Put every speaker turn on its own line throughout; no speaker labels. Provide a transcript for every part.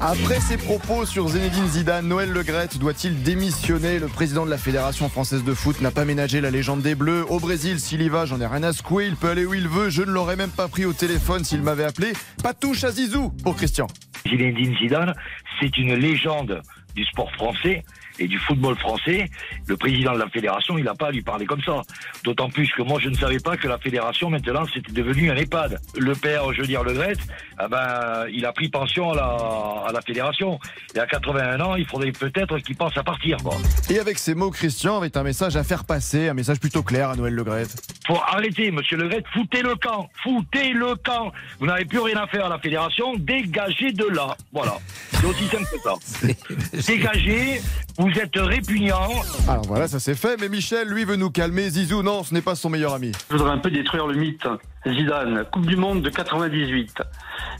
Après ses propos sur Zinedine Zidane, Noël Legrette doit-il démissionner Le président de la Fédération française de foot n'a pas ménagé la légende des Bleus. Au Brésil, s'il y va, j'en ai rien à secouer. Il peut aller où il veut. Je ne l'aurais même pas pris au téléphone s'il m'avait appelé. Pas touche à Zizou pour Christian.
Zinedine Zidane, c'est une légende du sport français et du football français. Le président de la fédération, il n'a pas à lui parler comme ça. D'autant plus que moi, je ne savais pas que la fédération, maintenant, c'était devenu un EHPAD. Le père, je veux dire, Le Grette, eh ben, il a pris pension à la, à la fédération. Et à 81 ans, il faudrait peut-être qu'il pense à partir. Quoi.
Et avec ces mots, Christian avait un message à faire passer, un message plutôt clair à Noël Le Grette.
Faut arrêter, monsieur Le Grette, foutez le camp, foutez le camp. Vous n'avez plus rien à faire à la fédération, dégagez de là. Voilà. C'est aussi simple que ça. Dégagez, vous êtes répugnant.
Alors voilà, ça c'est fait, mais Michel, lui, veut nous calmer. Zizou, non, ce n'est pas son meilleur ami.
Je voudrais un peu détruire le mythe. Zidane, Coupe du Monde de 98.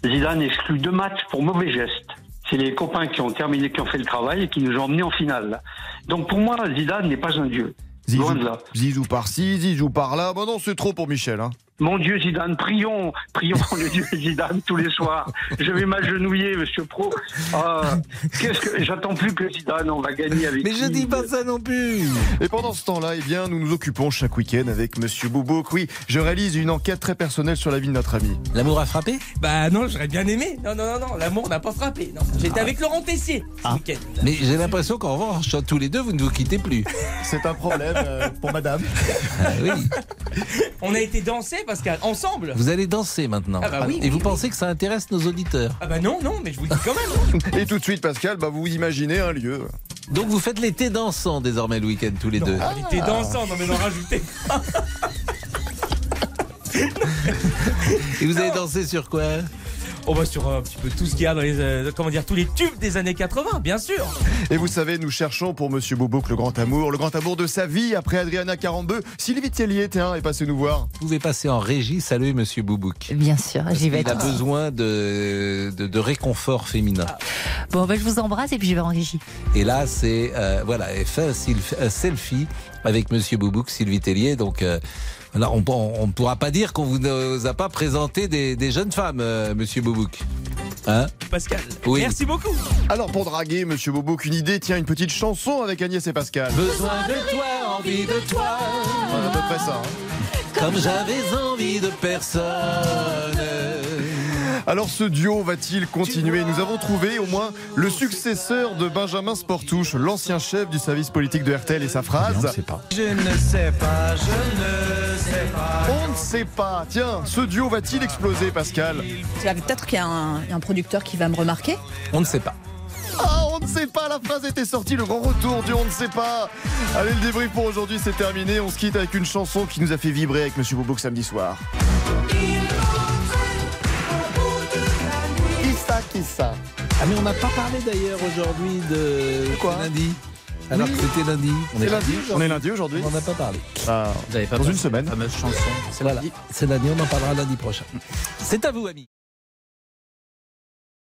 Zidane exclut deux matchs pour mauvais geste. C'est les copains qui ont terminé, qui ont fait le travail et qui nous ont emmenés en finale. Donc pour moi, Zidane n'est pas un dieu.
Zizou,
Loin de là.
Zizou par-ci, Zizou par-là. Bon non, c'est trop pour Michel. hein.
Mon Dieu Zidane, prions, prions le Dieu Zidane tous les soirs. Je vais m'agenouiller, Monsieur Pro. Ah, Qu'est-ce que j'attends plus que Zidane, on va gagner avec.
Mais je
lui.
dis pas ça non plus
Et pendant ce temps-là, eh bien, nous nous occupons chaque week-end avec Monsieur Boubouk. Oui, je réalise une enquête très personnelle sur la vie de notre ami.
L'amour a frappé
Bah non, j'aurais bien aimé. Non, non, non, non, l'amour n'a pas frappé. Non, j'étais avec Laurent Tessier ce week-end.
Mais j'ai l'impression qu'en revanche, tous les deux, vous ne vous quittez plus.
C'est un problème euh, pour Madame.
Ah oui.
On a été danser parce qu'ensemble.
Vous allez danser maintenant.
Ah bah oui,
Et
oui,
vous
oui.
pensez que ça intéresse nos auditeurs.
Ah bah non, non, mais je vous le dis quand même. hein.
Et tout de suite, Pascal, bah, vous imaginez un lieu.
Donc vous faites l'été dansant désormais le week-end tous les deux.
On était dansant, non mais n'en rajoutez pas.
Et vous allez danser sur quoi
On va sur euh, un petit peu tout ce qu'il y a dans les. euh, comment dire, tous les tubes des années 80, bien sûr.
Et vous savez, nous cherchons pour Monsieur Boubouk le grand amour, le grand amour de sa vie après Adriana Carambeu. Sylvie Tellier, tiens, est passée nous voir.
Vous pouvez passer en régie. Salut Monsieur Boubouk.
Bien sûr, j'y vais
Il a
être.
besoin de, de, de réconfort féminin.
Bon, ben, je vous embrasse et puis je vais en régie.
Et là, c'est euh, voilà, elle fait un, sylf- un selfie avec Monsieur Boubouk, Sylvie Tellier. Donc euh, voilà, on on ne pourra pas dire qu'on vous nous a pas présenté des, des jeunes femmes, euh, Monsieur Boubouk. Hein
Pascal,
Oui.
merci beaucoup.
Alors, pour draguer Monsieur Boubouk, une idée, tiens, une petite chanson avec Agnès et Pascal.
Besoin de toi, envie de toi,
Voilà, à peu près ça. hein.
comme j'avais envie de personne.
Alors, ce duo va-t-il continuer Nous avons trouvé au moins le successeur de Benjamin Sportouche, l'ancien chef du service politique de RTL, et sa phrase.
pas.
On ne sait pas. Tiens, ce duo va-t-il exploser, Pascal
Peut-être qu'il y a un, un producteur qui va me remarquer.
On ne sait pas.
Ah, on ne sait pas. La phrase était sortie. Le grand retour du on ne sait pas. Allez, le débrief pour aujourd'hui, c'est terminé. On se quitte avec une chanson qui nous a fait vibrer avec Monsieur Bobouk samedi soir. Qui ça, qui ça
Ah mais on n'a pas parlé d'ailleurs aujourd'hui de
Quoi
C'est lundi. Alors
Oui.
que c'était lundi. On
C'est lundi. On est lundi aujourd'hui.
On n'en a pas parlé.
Ah,
Vous avez pas Ah,
dans une semaine.
Voilà. C'est lundi. On en parlera lundi prochain. C'est à vous, amis.